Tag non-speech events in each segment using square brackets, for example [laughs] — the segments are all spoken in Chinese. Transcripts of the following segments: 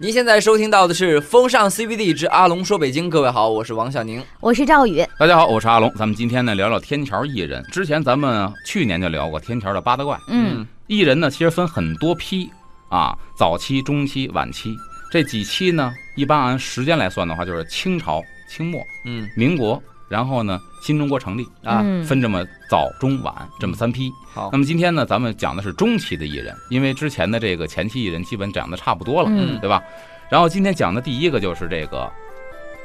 您现在收听到的是《风尚 CBD 之阿龙说北京》，各位好，我是王小宁。我是赵宇，大家好，我是阿龙，咱们今天呢聊聊天桥艺人。之前咱们去年就聊过天桥的八大怪，嗯，艺人呢其实分很多批啊，早期、中期、晚期这几期呢，一般按时间来算的话，就是清朝、清末、嗯民国，然后呢新中国成立，啊，嗯分这么早、中、晚这么三批。啊好那，么今天呢，咱们讲的是中期的艺人，因为之前的这个前期艺人基本讲的差不多了，嗯对吧？然后今天讲的第一个就是这个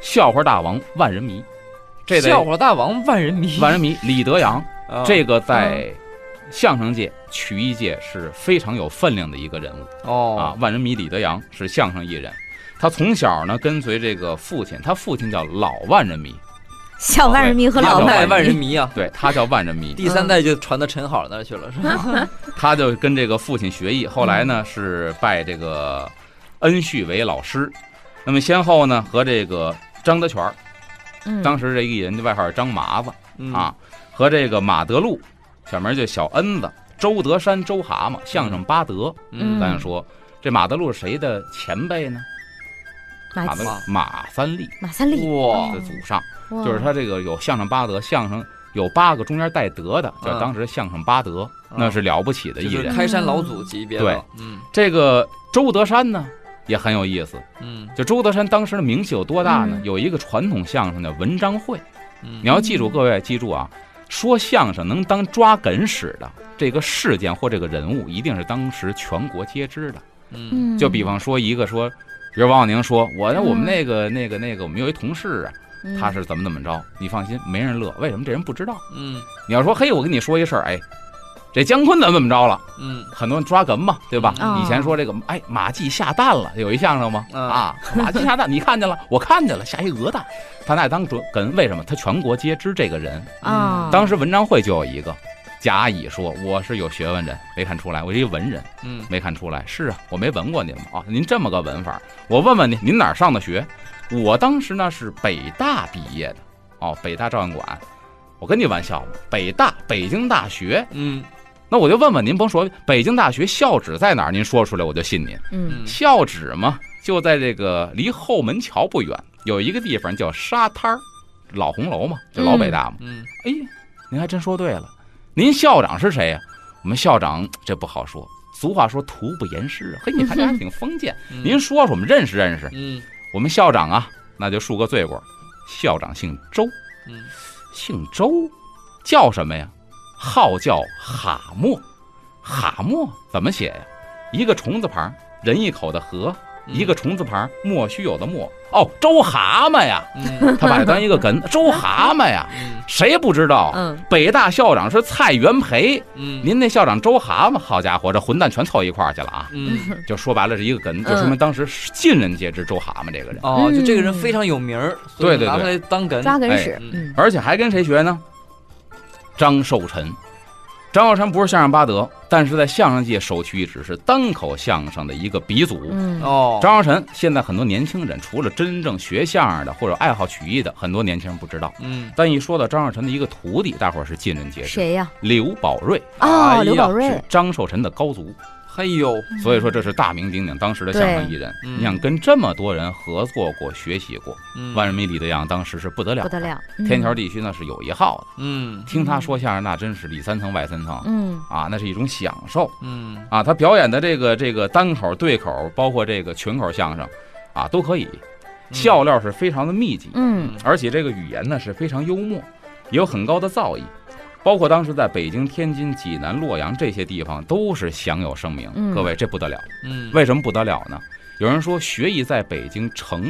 笑话大王万人迷，这得笑话大王万人迷，万人迷李德阳。啊这个在相声界、曲艺界是非常有分量的一个人物啊哦。万人迷李德阳是相声艺人，他从小呢跟随这个父亲，他父亲叫老万人迷，小万人迷和老老万代人万人迷，迷啊，对他叫万 [laughs] 人迷，第三代就传到陈好那儿去了，是吧？他就跟这个父亲学艺，后来呢嗯是拜这个恩旭为老师，那么先后呢和这个张德全儿，嗯当时这艺人的外号是张麻子嗯啊，和这个马德禄，小名叫小恩子，周德山、周蛤蟆，相声八德。嗯咱就说这马德禄是谁的前辈呢？马马德季禄马马三立马三立，嗯哇的祖上，哇就是他这个有相声八德，相声有八个中间带德的，嗯叫当时相声八德，嗯那是了不起的就艺是人。开山老祖级别的对，嗯这个周德山呢也很有意思，嗯就周德山当时的名气有多大呢嗯？有一个传统相声叫文章会，嗯，你要记住，各位记住啊，说相声能当抓梗使的这个事件或这个人物，一定是当时全国皆知的。嗯嗯就比方说一个说，比如王小宁说，我呢嗯我们那个那个那个我们有一同事啊，嗯他是怎么怎么着，你放心，没人乐。为什么这人不知道？嗯你要说嘿，我跟你说一事儿，哎，这姜昆怎么怎么着了？嗯很多人抓梗嘛，对吧？嗯以前说这个哎马季下蛋了，有一相声吗？嗯啊，马季下蛋，你看见了？我看见了，下一鹅蛋，他那当准梗，为什么？他全国皆知这个人。啊，嗯当时文章会就有一个。贾乙说：“我是有学问人，没看出来，我是一文人。”嗯没看出来。是啊，我没闻过您嘛啊，您这么个文法儿，我问问您，您哪儿上的学？我当时呢是北大毕业的，哦，北大照相馆。我跟你玩笑吗？北大，北京大学。嗯那我就问问您，甭说北京大学校址在哪儿，您说出来我就信您。嗯嗯校址嘛，就在这个离后门桥不远，有一个地方叫沙滩儿，老红楼嘛，就老北大嘛。嗯哎，您还真说对了，您校长是谁呀、我们校长这不好说，俗话说“徒不言师”。啊嘿，你看这还挺封建，嗯，您说说我们认识认识。嗯我们校长啊，那就恕个罪过，校长姓周，嗯姓周，叫什么呀？号叫哈默，哈默怎么写呀？一个虫字旁，人一口的和，嗯一个虫字旁，莫须有的莫。哦，周蛤 [laughs] 蟆呀， [laughs] 嗯他把它当一个梗，周蛤蟆呀，嗯谁不知道？啊嗯北大校长是蔡元培，嗯您那校长周蛤蟆，好家伙，这混蛋全凑一块儿去了啊！嗯就说白了是一个梗，就说明当时是尽人皆知周蛤蟆这个人，哦，就这个人非常有名儿，所以对对对拿出来当梗抓梗使哎，嗯而且还跟谁学呢？张寿臣。张寿臣不是相声八德，但是在相声界首屈一指，是单口相声的一个鼻祖。嗯哦，张寿臣现在很多年轻人，除了真正学相声的或者爱好曲艺的，很多年轻人不知道。嗯但一说到张寿臣的一个徒弟，大伙儿是尽人皆知，谁呀？刘宝瑞哎呀哦，刘宝是瑞，张寿臣的高足。嘿呦，嗯所以说这是大名鼎鼎当时的相声艺人。对嗯你想跟这么多人合作过、学习过，嗯万人迷李德阳当时是不得了不的。得了，嗯天桥地，地区那是有一号的，嗯听他说相声那真是里三层外三层嗯啊，那是一种享受嗯啊。他表演的这个这个单口、对口，包括这个群口相声，啊都可以，嗯笑料是非常的密集，嗯而且这个语言呢是非常幽默，也有很高的造诣。包括当时在北京、天津、济南、洛阳这些地方都是享有盛名，嗯各位这不得了。嗯为什么不得了呢？有人说学艺在北京，成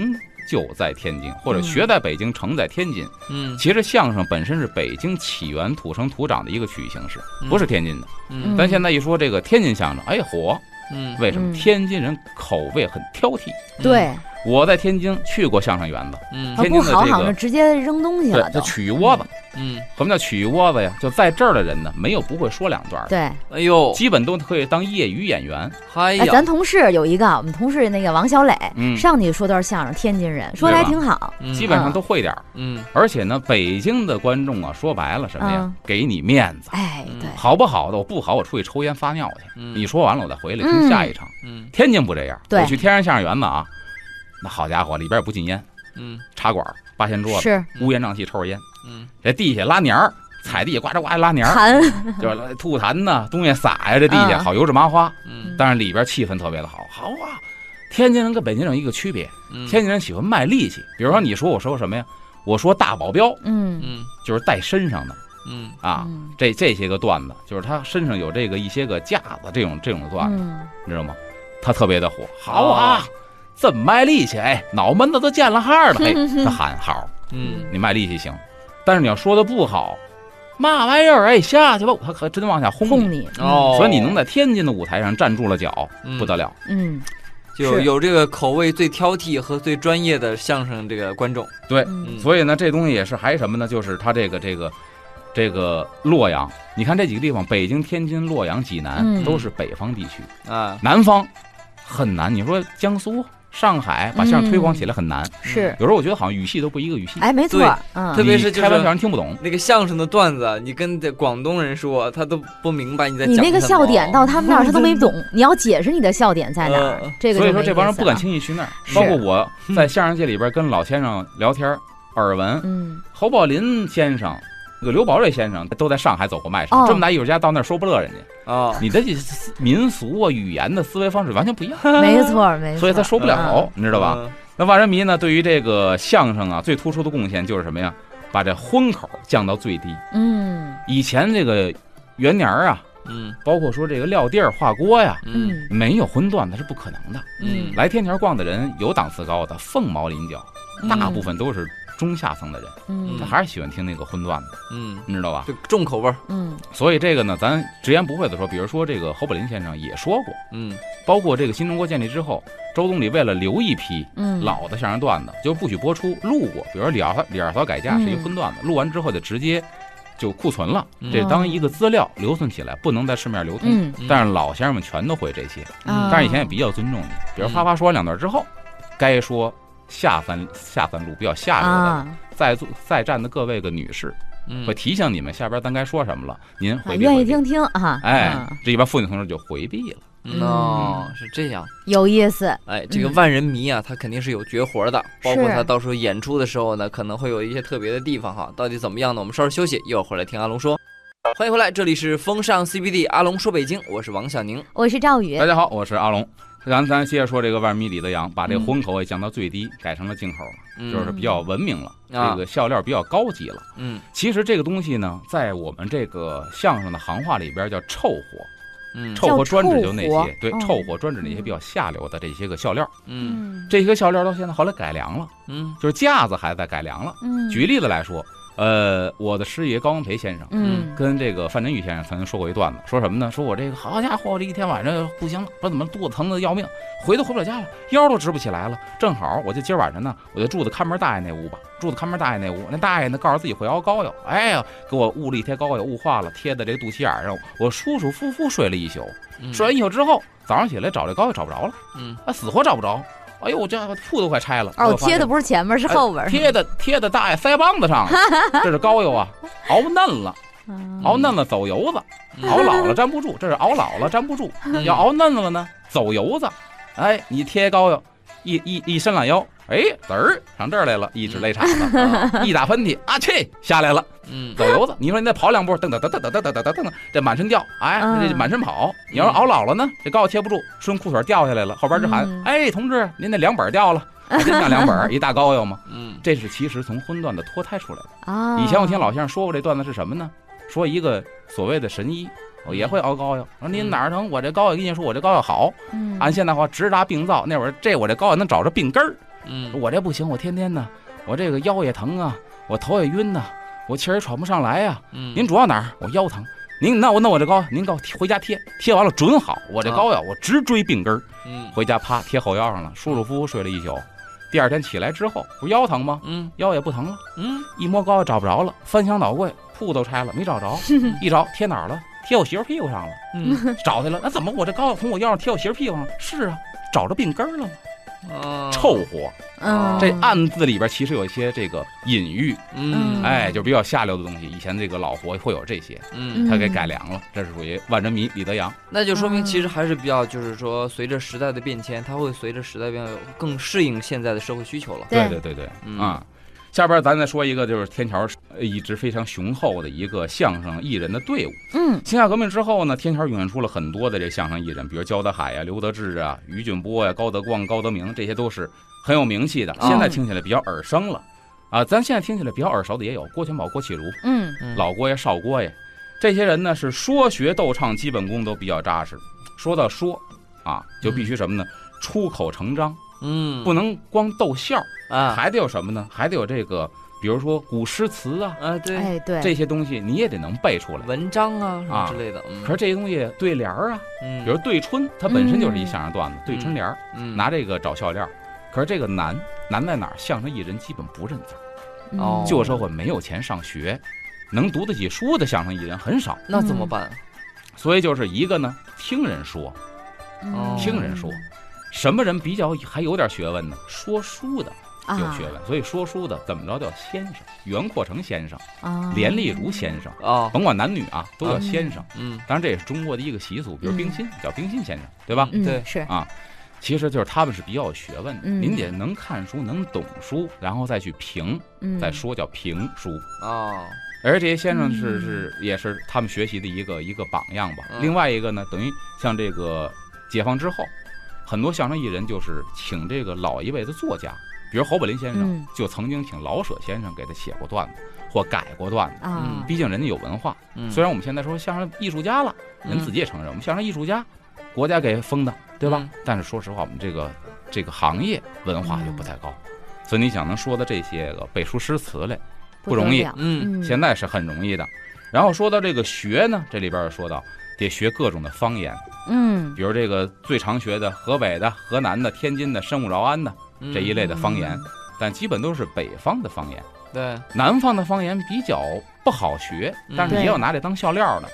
就在天津，或者嗯学在北京，成在天津。嗯其实相声本身是北京起源、土生土长的一个曲艺形式，嗯不是天津的。嗯但现在一说这个天津相声，哎火，嗯为什么？嗯天津人口味很挑剔。对，我在天津去过相声园子，嗯啊嗯天津不的好这个好像直接扔东西对了，叫都，曲艺窝子。啊嗯，什么叫曲艺窝子呀？就在这儿的人呢，没有不会说两段的，对。哎呦，基本都可以当业余演员。嗨哎，呀，咱同事有一个，我们同事那个王小磊，嗯，上去说段相声，天津人，说的还挺好。嗯基本上都会点儿。嗯而且呢，北京的观众啊，说白了什么呀？嗯给你面子，哎，嗯对，好不好的我不好，我出去抽烟发尿去。嗯，你说完了，我再回来听下一场。嗯天津不这样，对我去天山相声园子啊，那好家伙，里边也不禁烟，嗯茶馆儿八仙桌子，是乌烟瘴气，抽着烟，嗯，这地下拉黏儿，踩地呱唧呱唧拉黏儿，痰，就是吐痰呐，东西撒呀，这地下嗯好油纸麻花。嗯但是里边气氛特别的好，好啊！天津人跟北京人有一个区别，嗯，天津人喜欢卖力气，比如说你说我说什么呀？我说大保镖嗯嗯就是带身上的嗯啊，嗯这这些个段子就是他身上有这个一些个架子这种这种段子，嗯，你知道吗？他特别的火，好啊！这么卖力气，哎，脑门子都见了汗了，哎，他喊好，嗯你卖力气行，但是你要说的不好，嘛玩意儿，哎，下去吧，他可真往下轰哄你。你，哦，嗯所以你能在天津的舞台上站住了脚，不得了。嗯，就是有这个口味最挑剔和最专业的相声这个观众，对，嗯所以呢，这东西也是还什么呢？就是它这个这个这个洛阳，你看这几个地方，北京、天津、洛阳、济南、嗯都是北方地区，啊，南方很难。你说江苏、上海把相声推广起来很难，是，有时候我觉得好像语系都不一个语系，哎，没错对，嗯特别是啊你就是开玩笑人听不懂。那个相声的段子，啊你跟这广东人说，他都不明白你在讲你什么。那个笑点到他们那儿，他都没懂。你要解释你的笑点在哪呃儿，这个嗯所以就说没这帮人意思不敢了。轻易去那儿，是包括我在相声界里边跟老先生聊天儿，耳闻嗯，侯宝林先生。那个刘宝瑞先生都在上海走过卖唱，哦这么大艺术家到那儿说不乐人家，啊，你的这民俗啊、语言的思维方式完全不一样，没错没错。嗯所以他说不了嗯口，你知道吧？？那万人迷呢，对于这个相声啊，最突出的贡献就是什么呀？把这荤口降到最低。嗯以前这个元年儿啊，嗯包括说这个撂地儿、画锅呀，嗯嗯没有荤段子是不可能的。嗯，来天桥逛的人有档次高的，凤毛麟角，嗯大部分都是中下层的人，嗯他还是喜欢听那个荤段子，嗯，你知道吧？就重口味儿。嗯所以这个呢，咱直言不讳的说，比如说这个侯宝林先生也说过。嗯包括这个新中国建立之后，周总理为了留一批嗯，老的相声段子，就不许播出，录过。比如说李二嫂李二嫂改嫁是嗯一个荤段子，录完之后就直接就库存了，嗯这当一个资料留存起来，不能在市面流通。哦嗯嗯但是老先生们全都会这些，啊但是以前也比较尊重你，比如嗯啪啪说完两段之后，该说下三下三路比较下流的，啊，在座在站的各位个女士嗯会提醒你们下边咱该说什么了，您啊回避愿回意避。听听啊，哎嗯，这一般妇女同志就回避了。嗯哦，是这样。有意思，哎，这个嗯万人迷啊，他肯定是有绝活的，包括是他到时候演出的时候呢，可能会有一些特别的地方哈。到底怎么样呢？我们稍事休息，一会儿回来听阿龙说。欢迎回来，这里是风尚 CBD，阿龙说北京，我是王小宁。我是赵宇大，家好，我是阿龙。咱咱接着说这个万米里的羊，把这嗯个荤口也降到最低，改成了进口了，嗯就是比较文明了，嗯啊这个笑料比较高级了。嗯其实这个东西呢，在我们这个相声的行话里边叫臭货，嗯臭货专指就那叫臭些货，对哦，臭货专指那些比较下流的这些个笑料。嗯嗯这些个笑料到现在后来改良了，嗯就是架子还在改良了。嗯举例子来说，呃，我的师爷高文培先生。嗯跟这个范振钰先生曾经说过一段子，说什么呢？说我这个好家伙，这一天晚上不行了，我怎么肚子疼的要命，回都回不了家了，腰都直不起来了。正好我就今儿晚上呢，我就住在看门大爷那屋吧，住在看门大爷那屋。那大爷呢，告诉自己会熬膏药，哎呀，给我捂了一贴膏药，雾化了，贴在这肚脐眼上，我舒舒服服睡了一宿。嗯睡完一宿之后，早上起来找这膏药找不着了，嗯啊，死活找不着。哎呦，我这铺都快拆了。哦我，发现贴的不是前面是后边儿，哎贴的贴的大爷腮帮子 [laughs] 上了，这是膏药啊，熬嫩了。嗯熬嫩了走 [laughs] 油子，嗯熬老了粘不住，这是熬老了粘不住。嗯要熬嫩了呢，走油子，哎，你贴膏药，一一一伸懒腰，哎，滋儿上这儿来了，一指肋叉 [laughs] 子，啊一打喷嚏，啊去下来了，嗯走油子。你说你再跑两步，噔噔噔噔噔噔噔噔噔噔，这满身掉，哎，嗯这满身跑。你要是熬老了呢，这膏药贴不住，顺裤腿掉下来了，后边儿直喊嗯，哎，同志，您那两本儿 [laughs] 掉了，还真像两本儿，一大膏药吗？嗯这是其实从荤段的脱胎出来的。啊，以前我听老先生说过这段子是什么呢？说一个所谓的神医，我也会熬膏药。说您哪儿疼？我这膏药跟你说，我这膏药好。嗯按现代话，直达病灶。那会儿这我这膏药能找着病根儿。嗯我这不行，我天天呢，我这个腰也疼啊，我头也晕呐、我气儿也喘不上来啊呀、嗯，您主要哪儿？我腰疼。您那我那我这膏药，您给我贴回家贴，贴完了准好。我这膏药我直追病根儿，嗯回家啪贴后腰上了，舒舒服服睡了一宿。第二天起来之后，不腰疼吗？嗯腰也不疼了。嗯一摸膏药找不着了，翻箱倒柜，铺都拆了，没找着。一找贴哪儿了？贴我媳妇屁股上了，嗯 [laughs] 找去了。那怎么我这膏药从我腰上贴我媳妇屁股上了？是啊，找着病根儿了吗？哦臭货，嗯，这暗字里边其实有一些这个隐喻，嗯哎，就比较下流的东西。以前这个老活会有这些，嗯，他给改良了，这是属于万人迷李德阳。那就说明其实还是比较，就是说随着时代的变迁，它会随着时代变更适应现在的社会需求了。对对对，嗯啊。下边咱再说一个，就是天桥呃一直非常雄厚的一个相声艺人的队伍。嗯辛亥革命之后呢，天桥涌现出了很多的这相声艺人，比如焦德海呀、刘德志啊、于俊波呀、高德光、高德明，这些都是很有名气的。哦现在听起来比较耳生了，啊，咱现在听起来比较耳熟的也有郭全宝、郭启儒、嗯嗯老郭呀、少郭呀，这些人呢是说学逗唱基本功都比较扎实。说到说，啊，就必须什么呢？出口成章，嗯，不能光逗笑，啊还得有什么呢？还得有这个，比如说古诗词啊，啊，对，哎对，这些东西你也得能背出来。文章啊什么啊之类的，嗯可是这些东西对联儿啊，嗯，比如对春，它本身就是一相声段子，对春联儿，嗯拿这个找笑料儿。可是这个难，难在哪儿？相声艺人基本不认字儿，嗯哦旧社会没有钱上学，能读得起书的相声艺人很少，那怎么办？所以就是一个呢，听人说，嗯听人说，什么人比较还有点学问呢？说书的啊有学问，所以说书的怎么着叫先生，袁阔成先生，啊，连丽如先生，哦，甭管男女啊，都叫先生。嗯当然这也是中国的一个习俗，比如冰嗯心叫冰心先生，对吧？嗯对是啊，其实就是他们是比较有学问的，嗯您得能看书，能懂书，然后再去评，嗯再说叫评书。哦，而这些先生是嗯是也是他们学习的一个一个榜样吧。嗯另外一个呢，等于像这个解放之后，很多相声艺人就是请这个老一辈的作家，比如侯宝林先生、嗯就曾经请老舍先生给他写过段子或改过段子。啊嗯毕竟人家有文化，嗯，虽然我们现在说相声艺术家了，人自己也承认我们相声艺术家，国家给封的，对吧？嗯但是说实话，我们这个这个行业文化就不太高，所以你想能说的这些个背出诗词来，不得容易了嗯嗯现在是很容易的。然后说到这个学呢，这里边儿说到得学各种的方言，嗯比如这个最常学的河北的、河南的、天津的、深入饶安的嗯这一类的方言嗯，但基本都是北方的方言。对南方的方言比较不好学嗯，但是也对有拿这当笑料的。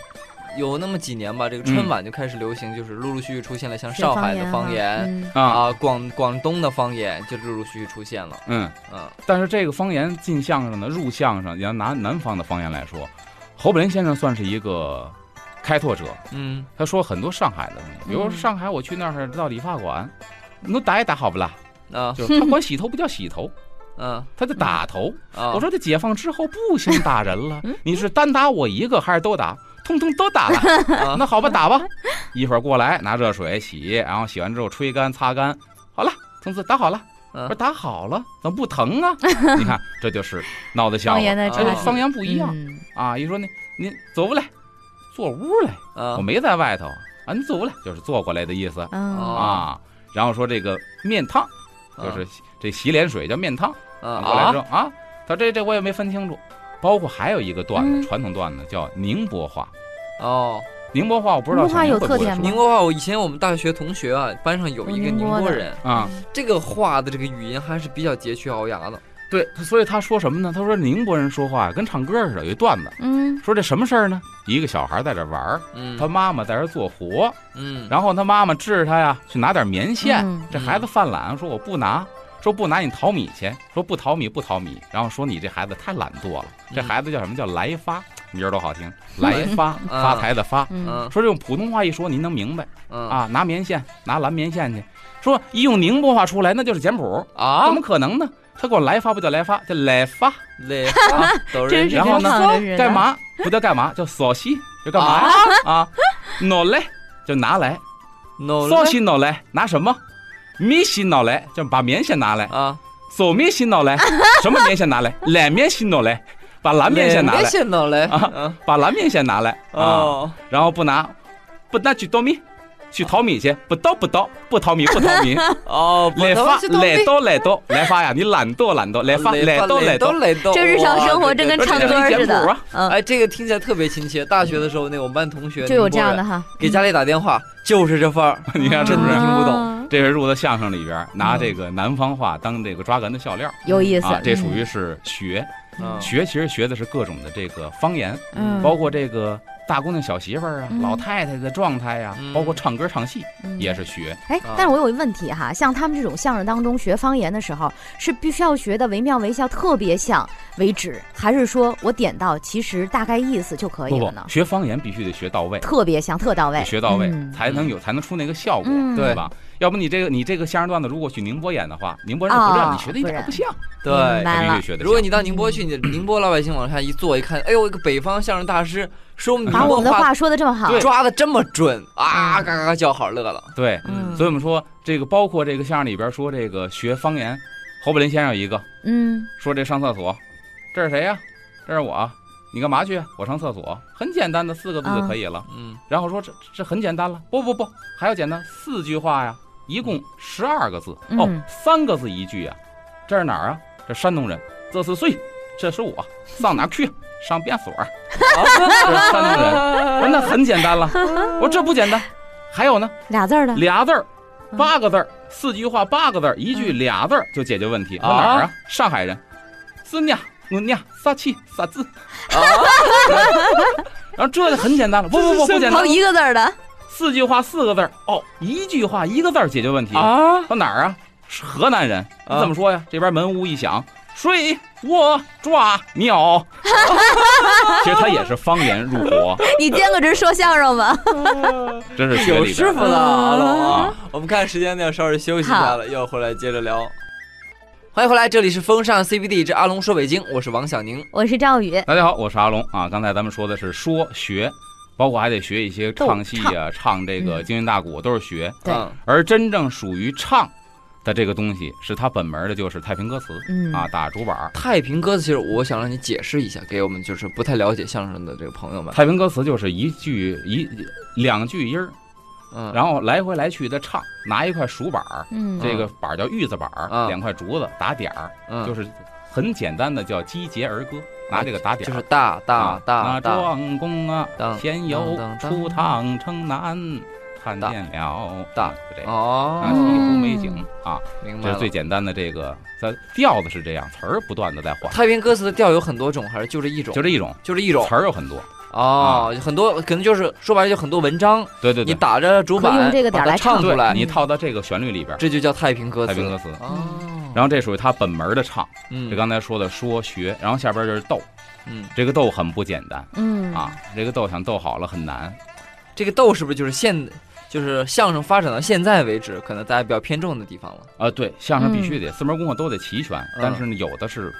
有那么几年吧，这嗯个春晚就开始流行，就是陆陆续续出现了像上海的方方言啊嗯啊，啊，广广东的方言就陆陆续续出现了，嗯，嗯但是这个方言进相声呢，入相声，你要拿南方的方言来说，侯宝林先生算是一个开拓者。嗯他说很多上海的东西，比如说嗯上海，我去那儿到理发馆，你都打一打好不啦？啊就是他管洗头不叫洗头，嗯他叫打头。啊，我说这解放之后不兴打人了，你是单打我一个还是都打？通通都打了，啊那好吧，打吧。一会儿过来拿热水洗，然后洗完之后吹干擦干，好了，从此打好了。我说嗯打好了，怎么不疼啊？你看这就是闹的笑话方，言的啊这就差是距方言不一样嗯啊。一说你你走过来，坐屋来，啊我没在外头啊，你走过来就是坐过来的意思啊啊。然后说这个面烫就是这洗脸水叫面烫。啊过来之啊后啊，他这这我也没分清楚。包括还有一个段嗯子，传统段子叫宁波话。哦，宁波话我不知道宁波话小明有会不会特点吗说宁波话，我以前我们大学同学啊，班上有一个宁波人，啊，这个话的这个语音还是比较佶屈聱牙的，对，所以他说什么呢？他说宁波人说话呀跟唱歌似的。有一段子嗯说这什么事儿呢？一个小孩在这玩儿，嗯，他妈妈在这做活，嗯，然后他妈妈治他呀，去拿点棉线。嗯这孩子犯懒，说我不拿，说不拿你淘米去，说不淘米不淘米，然后说你这孩子太懒惰了。这嗯孩子叫什么叫来发，名儿多好听，来 [laughs] 啊发发财的发。嗯嗯说这种普通话一说，您能明白嗯啊？拿棉线，拿蓝棉线去。说一用宁波话出来，那就是简谱，啊怎么可能呢？他给我来发不叫来发，叫来发，嘞，啊都真是人然后呢真胖真是的啊干嘛不叫干嘛，叫索西，就干嘛呀？啊，拿来就拿来， no 索西拿来拿什么？棉线拿来，就把棉线拿来，啊，手棉线拿来，什么棉线拿来？蓝棉线拿来，把蓝棉线拿嘞来，线拿来啊啊把蓝棉线拿来啊。哦然后不拿，不拿去淘米，去淘米去，不刀不刀，不淘米不淘米，哦，来发来刀来刀来发呀，你懒惰懒惰来发来刀来刀，来都，这日常生活真跟这唱就是歌一似简谱的啊，嗯，哎，这个听起来特别亲切。大学的时候，那我们班同学就有这样的宁哈波人，给家里打电话，就是这范儿。 [laughs] 你看是真不的是？听不懂啊，这是入到嗯相声里边，拿这个南方话当这个抓哏的笑料，有意思啊，这属于是学。嗯学其实学的是各种的这个方言，嗯包括这个大姑娘小媳妇儿啊、嗯老太太的状态呀、嗯包括唱歌唱戏嗯也是学。哎，但是我有一个问题哈，像他们这种相声当中学方言的时候，是必须要学的惟妙惟肖，特别像为止，还是说我点到其实大概意思就可以不了不呢，？学方言必须得学到位，特别像，特到位，得学到位、嗯才能有才能出那个效果，嗯对吧？要不你这个你这个相声段子如果去宁波演的话，宁波人不认，哦你学的一点不儿认不像，明对。白必了须学的像。如果你到宁波去， [clears throat] 你宁波老百姓往下一坐一看，哎呦，一个北方相声大师说我们宁嗯把波我们的话说的这么好，抓的这么准啊，嗯嘎嘎嘎叫好乐了。对，嗯所以我们说这个包括这个相声里边说这个学方言，侯宝林先生有一个嗯说这上厕所，这是谁呀、这是我，你干嘛去？啊我上厕所，很简单的四个字就可以了。嗯然后说这这很简单了，不不不，还要简单，四句话呀，一共十二个字、嗯哦，三个字一句呀，这是哪儿啊？这山东人，这是谁？这是我，上哪儿去？上便所儿， [laughs] 这是山东人。我说啊那很简单了，我说这不简单，还有呢，俩字儿的，俩字儿，嗯八个字儿，四句话八个字儿，一句俩字儿就解决问题。嗯啊我哪儿啊？上海人，孙娘、我娘、撒气、撒字。然后这就很简单了，不不不不简还单有，一个字儿的，四句话四个字儿哦，一句话一个字儿解决问题。啊，到哪儿啊？是河南人，啊你怎么说呀？这边门屋一响，水我抓鸟。 [laughs] 其实他也是方言入国，你见过这说相声嗯吗？真是学有里边师儿傅了，阿龙啊啊！我们看时间呢，稍微休息一下了，要回来接着聊。欢迎回来，这里是风尚 CBD 之阿龙说北京，我是王小宁。我是赵宇，大家好，我是阿龙啊。刚才咱们说的是说学，包括还得学一些唱戏啊，唱这个嗯京韵大鼓都是学。对嗯而真正属于唱的这个东西，是他本门的，就是太平歌词嗯啊，打竹板儿。太平歌词，其实我想让你解释一下，给我们就是不太了解相声的这个朋友们。太平歌词就是一句一两句音儿，嗯，然后来回来去的唱，拿一块竹板儿，嗯，这个板儿叫玉子板嗯儿，两块竹子打点儿，嗯就是很简单的叫击节儿歌，拿这个打点就是儿。大大啊大那大庄公啊，当前游当当出趟城南，看见了大就这个哦啊，西湖美景啊，明白这了。是最简单的这个。咱调子是这样，词儿不断的在换，太平歌词的调有很多种，还是就这一种？就这一种就这一种词儿有很多。哦，很多可能就是说白了就很多文章，对对你对，打着竹可以板用这个点儿把它来唱唱出对来，你套到这个旋律里边儿，这就叫太平歌词。太平歌词。嗯哦，然后这属于他本门的唱，嗯，这刚才说的说学，然后下边就是逗，嗯，这个逗很不简单嗯啊，这个逗想逗好了很难。这个逗是不是就是现就是相声发展到现在为止，可能大家比较偏重的地方了？啊，对，相声必须嗯得四门功课都得齐全，但是呢，有的是，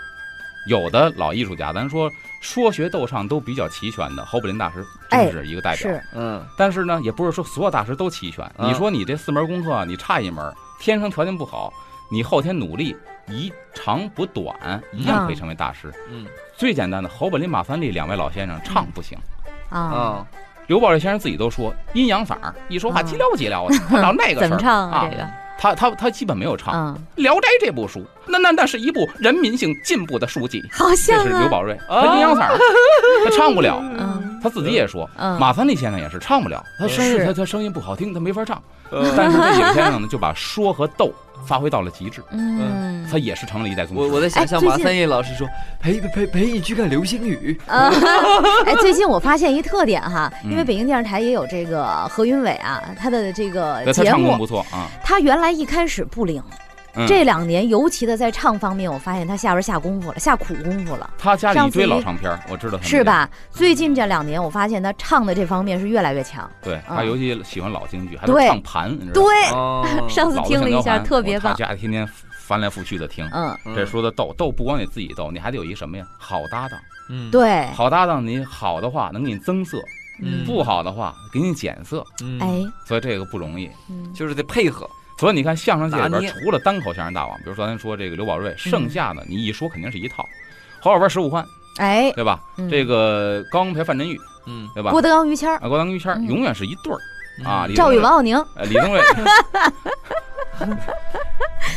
有的老艺术家，咱说说学逗唱都比较齐全的，侯宝林大师真是一个代表。哎是，嗯但是呢，也不是说所有大师都齐全。嗯你说你这四门功课啊你差一门，天生条件不好，你后天努力一长补短，一样可以成为大师。嗯最简单的，侯宝林、马三立两位老先生嗯唱不行。嗯啊，啊，刘宝瑞先生自己都说阴阳嗓儿，一说话啊叽撩叽撩的，他聊那个 [laughs] 怎事么儿。唱啊啊这个？他他他基本没有唱，嗯， 《聊斋》这部书，那那那是一部人民性进步的书籍。好这像是刘啊，宝瑞，他阴阳嗓儿，他唱不了，嗯他自己也说。嗯，马三立先生也是唱不了，他声是音他他声音不好听，他没法唱。呃但是这影先生呢，就把说和逗发挥到了极致，嗯，他也是成了一代宗我我在师。想哎象最马近三立老师说陪陪陪你去看流星雨，啊， [laughs] 哎，最近我发现一特点哈，因为嗯北京电视台也有这个何云伟啊，他的这个对他节唱功目，不错啊，他原来一开始不灵，嗯这两年尤其的在唱方面，我发现他下边下功夫了，下苦功夫了，他家里上一堆次一老唱片儿，我知道他们是？吧？最近这两年，我发现他唱的这方面是越来越强。对嗯他尤其喜欢老京剧，还能对唱盘，你知道对吗？，哦， [laughs] 上次老的听了像一下，刁特蛮别我棒他。家天天翻来覆去的听。嗯，嗯这说的逗逗，不光得自己逗，你还得有一什么呀？好搭档。嗯对，好搭档，你好的话能给你增色，嗯不好的话给你减色，嗯哎，所以这个不容易。嗯就是得配合，所以你看相声界里拿边，捏除了单口相声大王，比如说咱说这个刘宝瑞，剩下的你一说肯定是一套。侯小文、石五宽，哎，对吧？嗯这个高英培、范振钰，嗯对吧郭？德纲、于谦儿、啊，郭德纲、于谦儿嗯永远是一对儿啊。嗯李赵宇、宗瑞王，晓宁、呃李宗瑞， [laughs]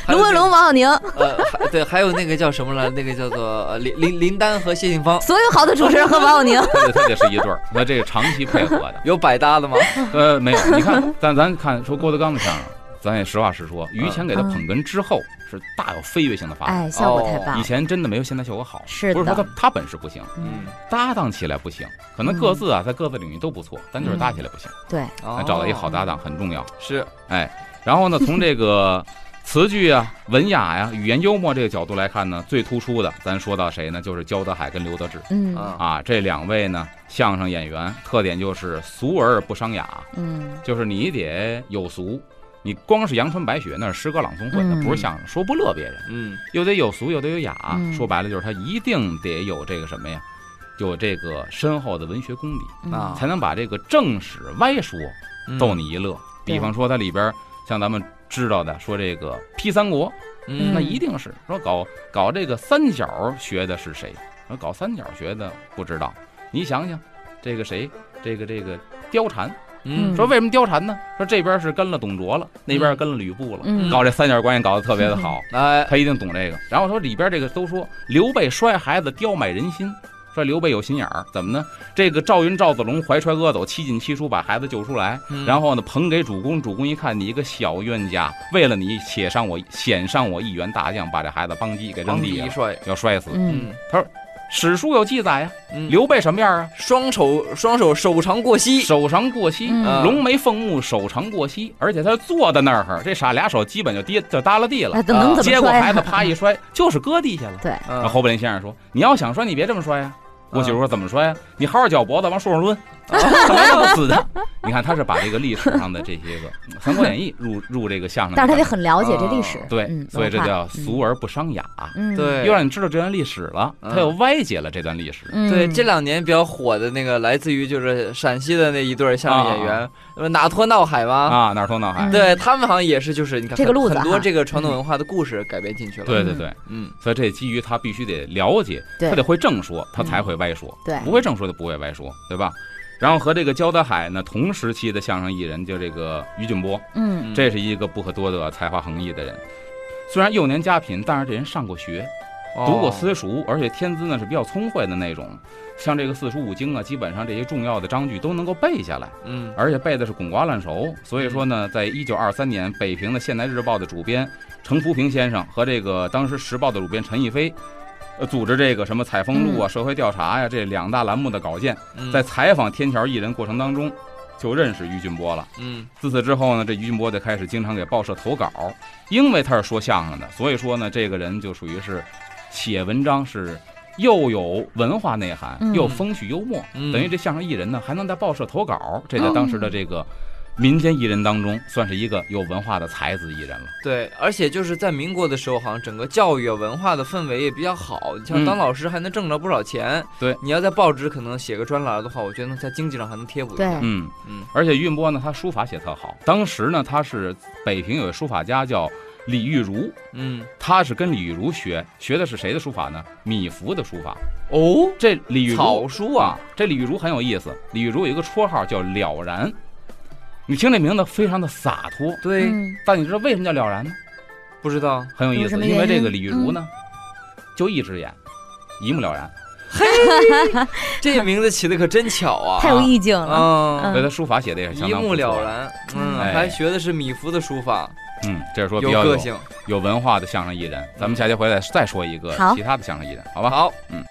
卢文龙、王晓宁， [laughs] 呃，还对，还有那个叫什么来，那个叫做呃林林林丹和谢杏芳，所有好的主持人和王晓 [laughs] 宁。他就他就是一对儿，那这个长期配合的。有百搭的吗？嗯呃，没有，你看，咱咱看说郭德纲的相声，咱也实话实说，于谦给他嗯捧哏之后是大有飞跃性的发展。哎，效果太哦棒以了，前真的没有现在效果好，是不是说的他他本事不行，嗯，搭档起来不行，可能各自啊嗯在各自领域都不错，但就是搭起来不行。对，哦找到一个好搭档很重要。是，哎，然后呢，从这个 [laughs] 词句啊、文雅呀、语言幽默这个角度来看呢，最突出的，咱说到谁呢？就是焦德海跟刘德志嗯啊啊，这两位呢，相声演员特点就是俗而不伤雅，嗯就是你得有俗。你光是阳春白雪那是诗歌朗诵会，那嗯不是相声，说不乐别人，嗯又得有俗，又得有雅。嗯说白了就是他一定得有这个什么呀，有这个深厚的文学功底，嗯啊才能把这个正史歪说嗯逗你一乐。对比方说它里边儿像咱们知道的，说这个批三国，嗯那一定是说搞搞这个三角学的是谁？说搞三角学的不知道。你想想，这个谁？这个这个貂蝉，嗯嗯说为什么貂蝉呢？说这边是跟了董卓了，那边嗯跟了吕布了，嗯搞这三角关系搞得特 [laughs] 别的好，哎他一定懂这个。然后说里边这个都说刘备摔孩子刁买人心，说刘备有心眼儿，怎么呢？这个赵云、赵子龙怀揣阿斗，七进七出把孩子救出来，嗯然后呢，捧给主公，主公一看你一个小冤家，为了你且上我险上我一员大将，把这孩子邦叽给扔当地下一了，帅，要摔死。嗯史书有记载呀、嗯刘备什么样啊？双手双手手长过膝，手长过膝，嗯龙眉凤目，手长过膝，而且他坐在那儿，这傻俩手基本就跌就耷拉地了那，怎么能哎怎么结果摔孩呀子 [laughs] 啪一摔，就是搁地下了。对，嗯那侯宝林先生说：“你要想摔，你别这么摔呀、嗯我媳妇说：“怎么摔呀、你好好绞脖子，往树上 [laughs] 抡，啊 [laughs] 怎么要死的？”你看，他是把这个历史上的这些个《三国演义》 [laughs] 入入这个相声里边，但是他得很了解这历史啊，对嗯，所以这文化叫俗而不伤雅，嗯，对又让你知道这段历史了，嗯他又歪解了这段历史。嗯，对，这两年比较火的那个，来自于就是陕西的那一对儿相声演员，那么哪托闹海吗？啊啊，哪儿头脑海嗯，对他们好像也是，就是你看这个路子啊很很多哈这个传统文化的故事改编进去了。对对对，嗯，所以这基于他必须得了解，对嗯他得会正说，他才会歪说，对不会正说就不会歪说，对吧？然后和这个焦德海呢同时期的相声艺人，就这个于俊波，嗯这是一个不可多得、才华横溢的人。虽然幼年家贫，但是这人上过学，哦读过私塾，而且天资呢是比较聪慧的那种。像这个四书五经啊，基本上这些重要的章句都能够背下来，嗯而且背的是滚瓜烂熟。所以说呢，在一九二三年，北平的《现代日报》的主编程福平先生和这个当时《时报》的主编陈逸飞，呃，组织这个什么采风录啊、社会调查呀、这两大栏目的稿件，嗯在采访天桥艺人过程当中，就认识于俊波了。嗯自此之后呢，这于俊波就开始经常给报社投稿，因为他是说相声的，所以说呢，这个人就属于是写文章是又有文化内涵，嗯又有风趣幽默，嗯等于这相声艺人呢还能在报社投稿，这在当时的这个民间艺人当中算是一个有文化的才子艺人了。对，而且就是在民国的时候，好像整个教育啊文化的氛围也比较好。你像嗯当老师还能挣着不少钱。对，你要在报纸可能写个专栏的话，我觉得能在经济上还能贴补一对下。嗯嗯，而且于俊波呢，他书法写特好，当时呢他是北平有位书法家叫李玉如。嗯他是跟李玉如学，学的是谁的书法呢？米芾的书法。哦，这李玉如草书啊啊，，这李玉如很有意思。李玉如有一个绰号叫了然，你听这名字非常的洒脱，对，嗯但你知道为什么叫了然呢？不知道很有意有什思，么因为原这因嗯个李玉如呢，就一只眼，一目了然，这名字起的可真巧啊，太有意境了，嗯啊，所以他书法写的也哎是相一当目不错了。然。嗯，哎还学的是米芾的书法，嗯，这是说比有较个有啊性。有文化的相声艺人。咱们下节回来再说一个好其他的相声艺人，好吧？好，嗯。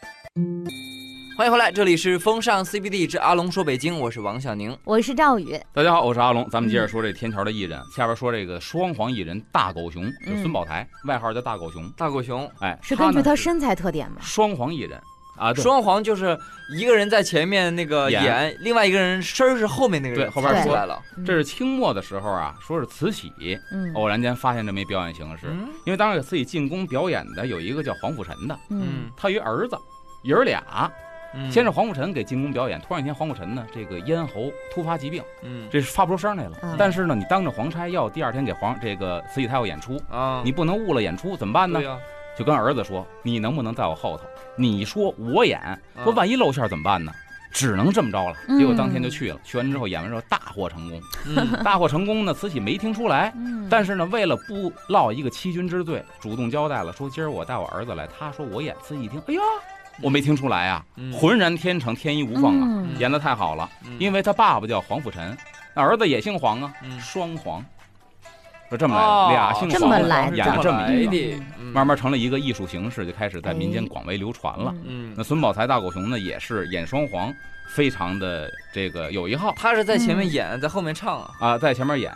欢迎回来，这里是风尚 CBD 之阿龙说北京，我是王小宁。我是赵宇，大家好，我是阿龙，咱嗯们接着说这天桥的艺人，下边说这个双簧艺人大狗熊，就嗯孙宝台，外号叫大狗熊。大狗熊，哎，是根据呢他是身材特点吗？双簧艺人啊，对双簧就是一个人在前面那个演演，另外一个人身儿是后面那个人对后边窜说出来了。这是清末的时候啊，说是慈禧嗯偶然间发现这么一表演形式，嗯因为当时给慈禧进宫表演的有一个叫黄甫臣的，嗯他有一儿子，爷儿俩，嗯先是黄甫臣给进宫表演，突然间黄甫臣呢这个咽喉突发疾病，嗯这是发不出声来了。嗯但是呢，你当着皇差要第二天给皇这个慈禧太后演出，啊，你不能误了演出，怎么办呢对？呀，就跟儿子说，你能不能在我后头？你说我演，啊说万一露馅儿怎么办呢？只能这么着了。嗯结果当天就去了，去完之后演完之后大获成功。 [laughs] 嗯 [laughs] 大获成功呢，慈禧没听出来，嗯，但是呢，为了不落一个欺君之罪，主动交代了，说今儿我带我儿子来。他说我演，慈禧一听，哎呀，我没听出来啊，嗯浑然天成，天衣无缝啊，嗯演得太好了。嗯因为他爸爸叫黄甫臣，那儿子也姓黄啊，嗯双黄。是这么来的，俩姓哦这黄么的来的演的哦这这么么来的一个，的，嗯慢慢成了一个艺术形式，就开始在民间哎广为流传了。嗯嗯，那孙宝才大狗熊呢，也是演双簧，非常的这个有一号他是在前面演，在后面唱啊。啊，在前面演，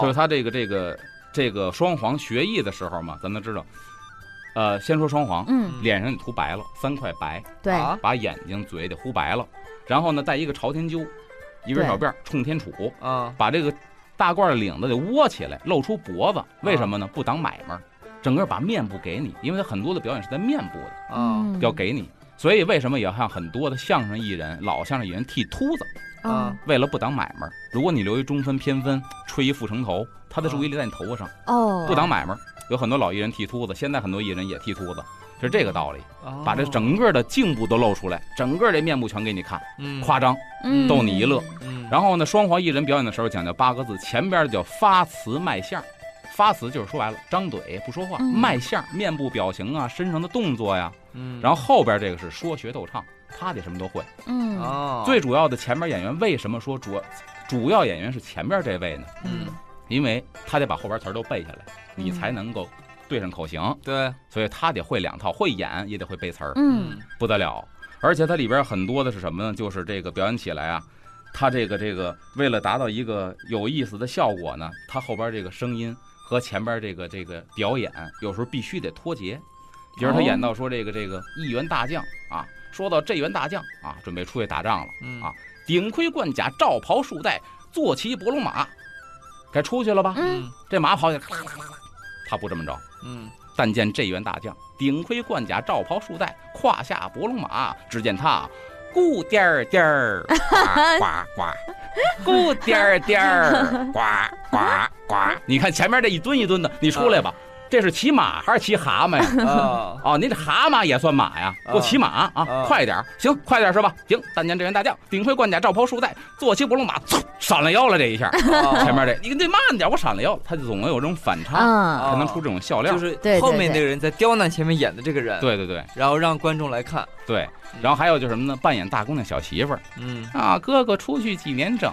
就是哦，他这个这个这个双簧学艺的时候嘛，咱都知道，呃，先说双簧，嗯，脸上得涂白了，三块白，对，啊把眼睛嘴得糊白了，然后呢，戴一个朝天揪，一根小辫儿冲天杵，啊，把这个大褂的领子得窝起来，露出脖子，为什么呢？不挡买卖儿，整个把面部给你，因为他很多的表演是在面部的。啊，嗯要给你。所以为什么也要像很多的相声艺人、老相声艺人剃秃子，嗯为了不挡买卖儿。如果你留一中分偏分，吹一副城头，他的注意力在你头发上，哦，不挡买卖儿。有很多老艺人剃秃子，现在很多艺人也剃秃子，是这个道理。哦嗯把哦这整个的颈部都露出来，整个这面部全给你看，夸张。嗯逗你一乐，嗯，然后呢，双簧艺人表演的时候讲究八个字，前边儿叫发词卖相儿。发词就是说白了，张嘴不说话，嗯卖相儿、面部表情啊、身上的动作呀，嗯，然后后边这个是说学逗唱，他得什么都会。嗯哦，最主要的前面演员为什么说主主要演员是前面这位呢？嗯，因为他得把后边词儿都背下来，你嗯才能够对上口型，对，所以他得会两套，会演也得会背词儿，嗯，不得了。而且它里边很多的是什么呢？就是这个表演起来啊，他这个这个为了达到一个有意思的效果呢，他后边这个声音和前边这个这个表演有时候必须得脱节。比如他哦演到说这个这个一员大将啊，说到这员大将啊，准备出去打仗了。嗯啊顶盔贯甲，罩袍束带，坐骑伯龙马，该出去了吧？嗯嗯这马跑起来，咔啦咔啦咔啦他不这么着。嗯， [laughs] 但见这员大将，顶盔贯甲，罩袍束带，胯下伯龙马。只见他，咕颠儿颠 [laughs] 儿，呱呱呱，咕颠儿颠儿，呱呱 [laughs] 呱。你看前面这一蹲一蹲的，你出来吧，这是骑马还是骑蛤蟆呀？ [laughs] 啊，哦，您这蛤蟆也算马呀？啊给我骑马啊！啊快点儿，行，快点儿是吧？行，但见这员大将，顶盔贯甲，罩袍束带，坐骑伯龙马，嗖，闪了腰了这 [laughs] 一下。前面这，你得慢点，我闪了腰了，他就总能有这种反差，啊啊才能出这种笑料就。是后面那个人在刁难前面演的这个人，，对对对然后让观众来看，对，嗯然后还有就是什么呢？扮演大姑娘小媳妇儿嗯，啊，哥哥出去几年整，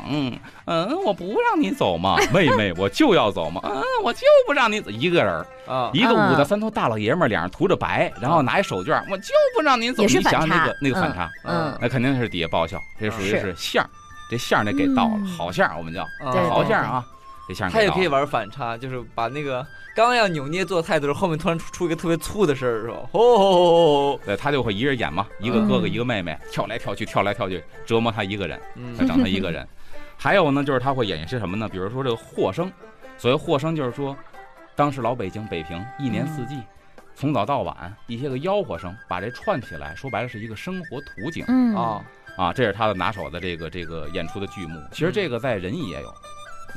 嗯，我不让你 [laughs] 走嘛，妹妹我就要走嘛，嗯，我就不让你走，一个人儿，啊，一个啊哦五大三粗大老爷们儿，脸上涂着白，然后拿一手绢儿，我就不让你走，也是你想反想差那个那个反差，嗯哦那肯定是底下爆笑，这属于是是相儿，这相儿得给到了，嗯好相儿我们叫啊对好相儿啊，这相儿他给也到可以了。玩反差，就是把那个刚要扭捏做菜的时候，后面突然出出一个特别粗的声儿，是吧？哦哦哦哦对他就会一人演嘛，一个嗯哥哥一个妹妹，跳来跳去，跳来跳去，折磨他一个人，哦，嗯他，长他一个人。还有呢，就是他会演一些什么呢？比如说这个获生，所谓获生就是说，当时老北京北平一年四季，从早到晚一些个吆喝声，把这串起来，说白了是一个生活图景嗯啊，啊，这是他的拿手的这个这个演出的剧目。其实这个在仁义也有，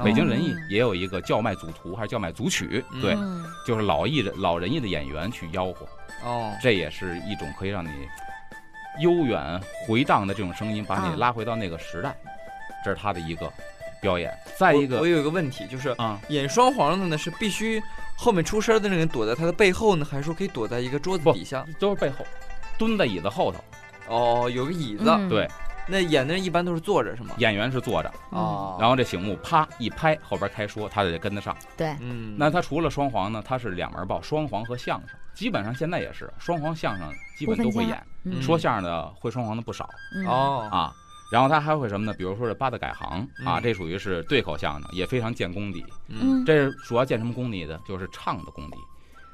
北京仁义嗯也有一个叫卖组图还是叫卖组曲，嗯对，嗯就是老艺人老仁义的演员去吆喝，哦，这也是一种可以让你悠远回荡的这种声音，把啊你拉回到那个时代，这是他的一个表演。再我一个我有一个问题，就是啊，演双簧的呢，是必须后面出声的那个人躲在他的背后呢，还是说可以躲在一个桌子不底下？都是背后蹲在椅子后头，哦，有个椅子，嗯对，那演的人一般都是坐着是吗？演员是坐着，哦，然后后这醒目啪一拍，后边开说，他得跟得上。对，嗯，那他除了双簧呢，他是两门报，双簧和相声，基本上现在也是双簧相声基本都会不分演，嗯说相声的会双簧的不少嗯哦，啊。然后他还会什么呢？比如说这八大改行啊，嗯这属于是对口相声，也非常见功底。嗯嗯这主要见什么功底的？就是唱的功底。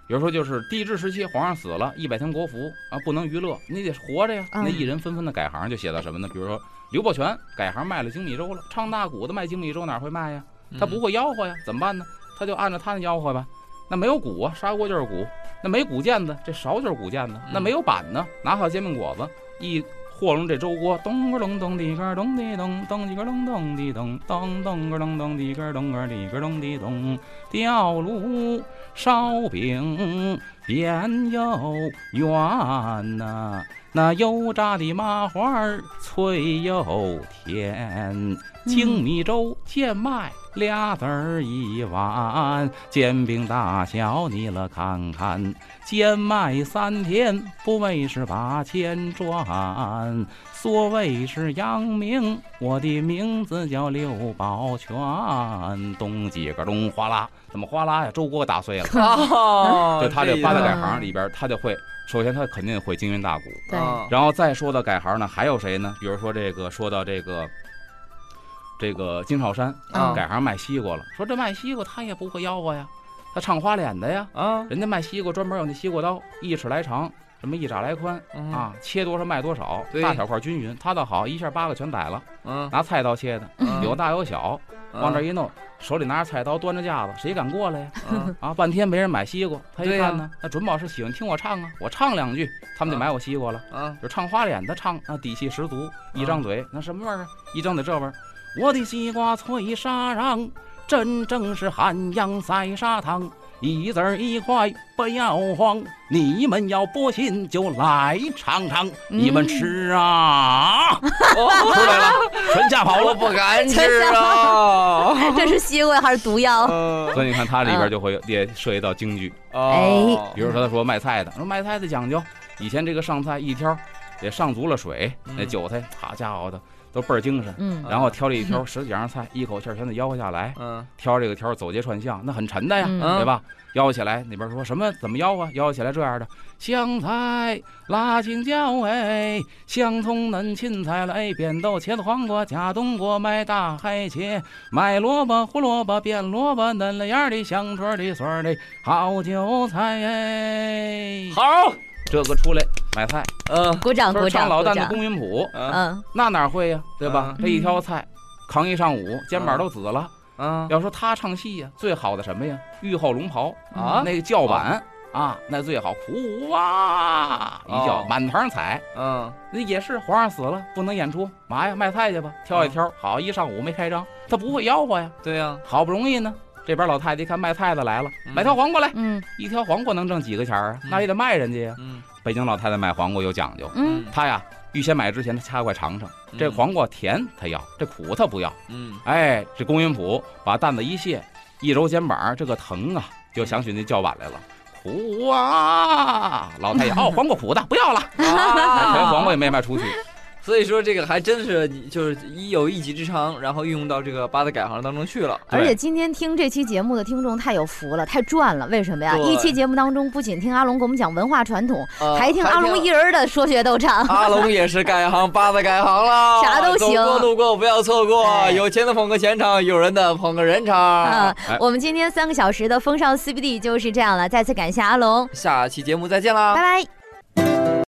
比如说，就是帝制时期，皇上死了，一百天国服啊，不能娱乐，你得活着呀。嗯那艺人纷纷的改行，就写到什么呢？比如说刘宝全改行卖了精米粥了，唱大鼓的卖精米粥哪会卖呀？他不会，会吆喝呀，怎么办呢？他就按照他的吆喝吧。那没有鼓啊，砂锅就是鼓；那没鼓毽子，这勺就是鼓毽子；那嗯没有板呢，拿好煎饼果子一和拢这粥锅，咚个隆咚滴个咚滴咚，咚几个隆咚滴咚，咚咚个隆咚滴个咚个滴个咚滴咚，吊炉烧饼边又圆呐、那油炸的麻花儿脆又甜，嗯精米粥贱卖俩子儿一碗，煎饼大小你了看看，贱卖三天不为是把钱赚，所谓是扬名，我的名字叫刘宝全，咚几个咚哗啦，怎么哗啦呀，粥锅打碎了。哦， [laughs] 就 [laughs] 他这八大个改行里边，他就会，首先他肯定会京韵大鼓，对， [laughs] 哦然后再说到改行呢，还有谁呢？比如说这个，说到这个，这个金少山啊改行卖西瓜了，说这卖西瓜他也不会吆喝呀，他唱花脸的呀，啊人家卖西瓜专门有那西瓜刀，一尺来长，什么一拃来宽嗯啊，切多少卖多少，对大小块均匀。他倒好，一下八个全宰了，嗯，拿菜刀切的，嗯哦有大有小，啊往这一一弄，手里拿着菜刀，端着架子，谁敢过来呀？嗯啊，半天没人买西瓜，他对一呀看呢，那准保是喜欢听我唱啊，我唱两句，他们就啊买我西瓜了。 [laughs] 嗯就唱花脸的唱，那底气十足，一张嘴、那什么味儿啊？一张嘴这味儿，我的西瓜脆沙瓤，真正是汉阳塞砂糖，一子儿一块不要慌，你们要不信就来尝尝，嗯你们吃 [laughs] 啊！哦出来了，全吓跑我 [laughs] 了。不敢吃啊。 [laughs] [laughs] 这是西瓜还是毒药？呃所以你看，它里边就会也涉及到京剧，哦哎比如说他说卖菜的，说卖菜的讲究，以前这个上菜一挑，也上足了水，那嗯韭菜，好家伙的都倍儿精神。嗯，然后挑了一挑十几样菜，一口气儿全得吆喝下来。嗯挑这个挑走街串巷，那很沉的哎呀，嗯对吧？吆喝起来，那边说什么怎么吆喝？吆喝起来这样的：香菜、辣青椒，哎，香葱、嫩芹菜了，哎，扁豆、茄子、黄瓜、假冬瓜、卖大海茄、卖萝卜、胡萝卜、变萝卜，嫩了芽儿的、香椿儿的、穗儿的好韭菜，哎，好这个出来买菜，嗯鼓掌说鼓唱掌老鼓旦的掌。龚云普，嗯嗯，那哪会呀，对吧嗯？这一挑菜，扛一上午，肩膀都紫了。嗯要说他唱戏呀，最好的什么呀？御后龙袍嗯啊那个叫板啊，那最好，哭哇一叫哦，满堂彩。嗯那也是皇上死了，不能演出，嘛呀，卖菜去吧，挑一嗯挑，好一上午没开张，他不会吆喝呀。对呀好不容易呢，这边老太太一看卖菜的来了，嗯买条黄瓜来，嗯一条黄瓜能挣几个钱儿啊嗯？那也得卖人家呀。嗯北京老太太买黄瓜有讲究，嗯，她呀预先买之前她掐块尝尝，这嗯黄瓜甜她要，这苦她不要。 [laughs] 嗯哎，这龚云甫把担子一卸，一揉肩膀，这个疼啊，就想起那叫板来了。苦啊！老太爷，哦，黄瓜苦的，不要了，哎全黄瓜也没卖出去。啊所以说这个还真是你就是一有一技之长，然后运用到这个八大改行当中去了。对而且今天听这期节目的听众太有福了，太赚了。为什么呀？对一期节目当中，不仅听阿龙给我们讲文化传统，呃啊还听阿龙一人的说学逗唱。 [laughs] 阿龙也是改行，八大改行了，啥都行走过路过不要错过，哎有钱的捧个钱场，有人的捧个人场。 [laughs] 嗯哎，我们今天三个小时的风尚 CBD 就是这样了。再次感谢阿龙，下期节目再见啦，拜拜。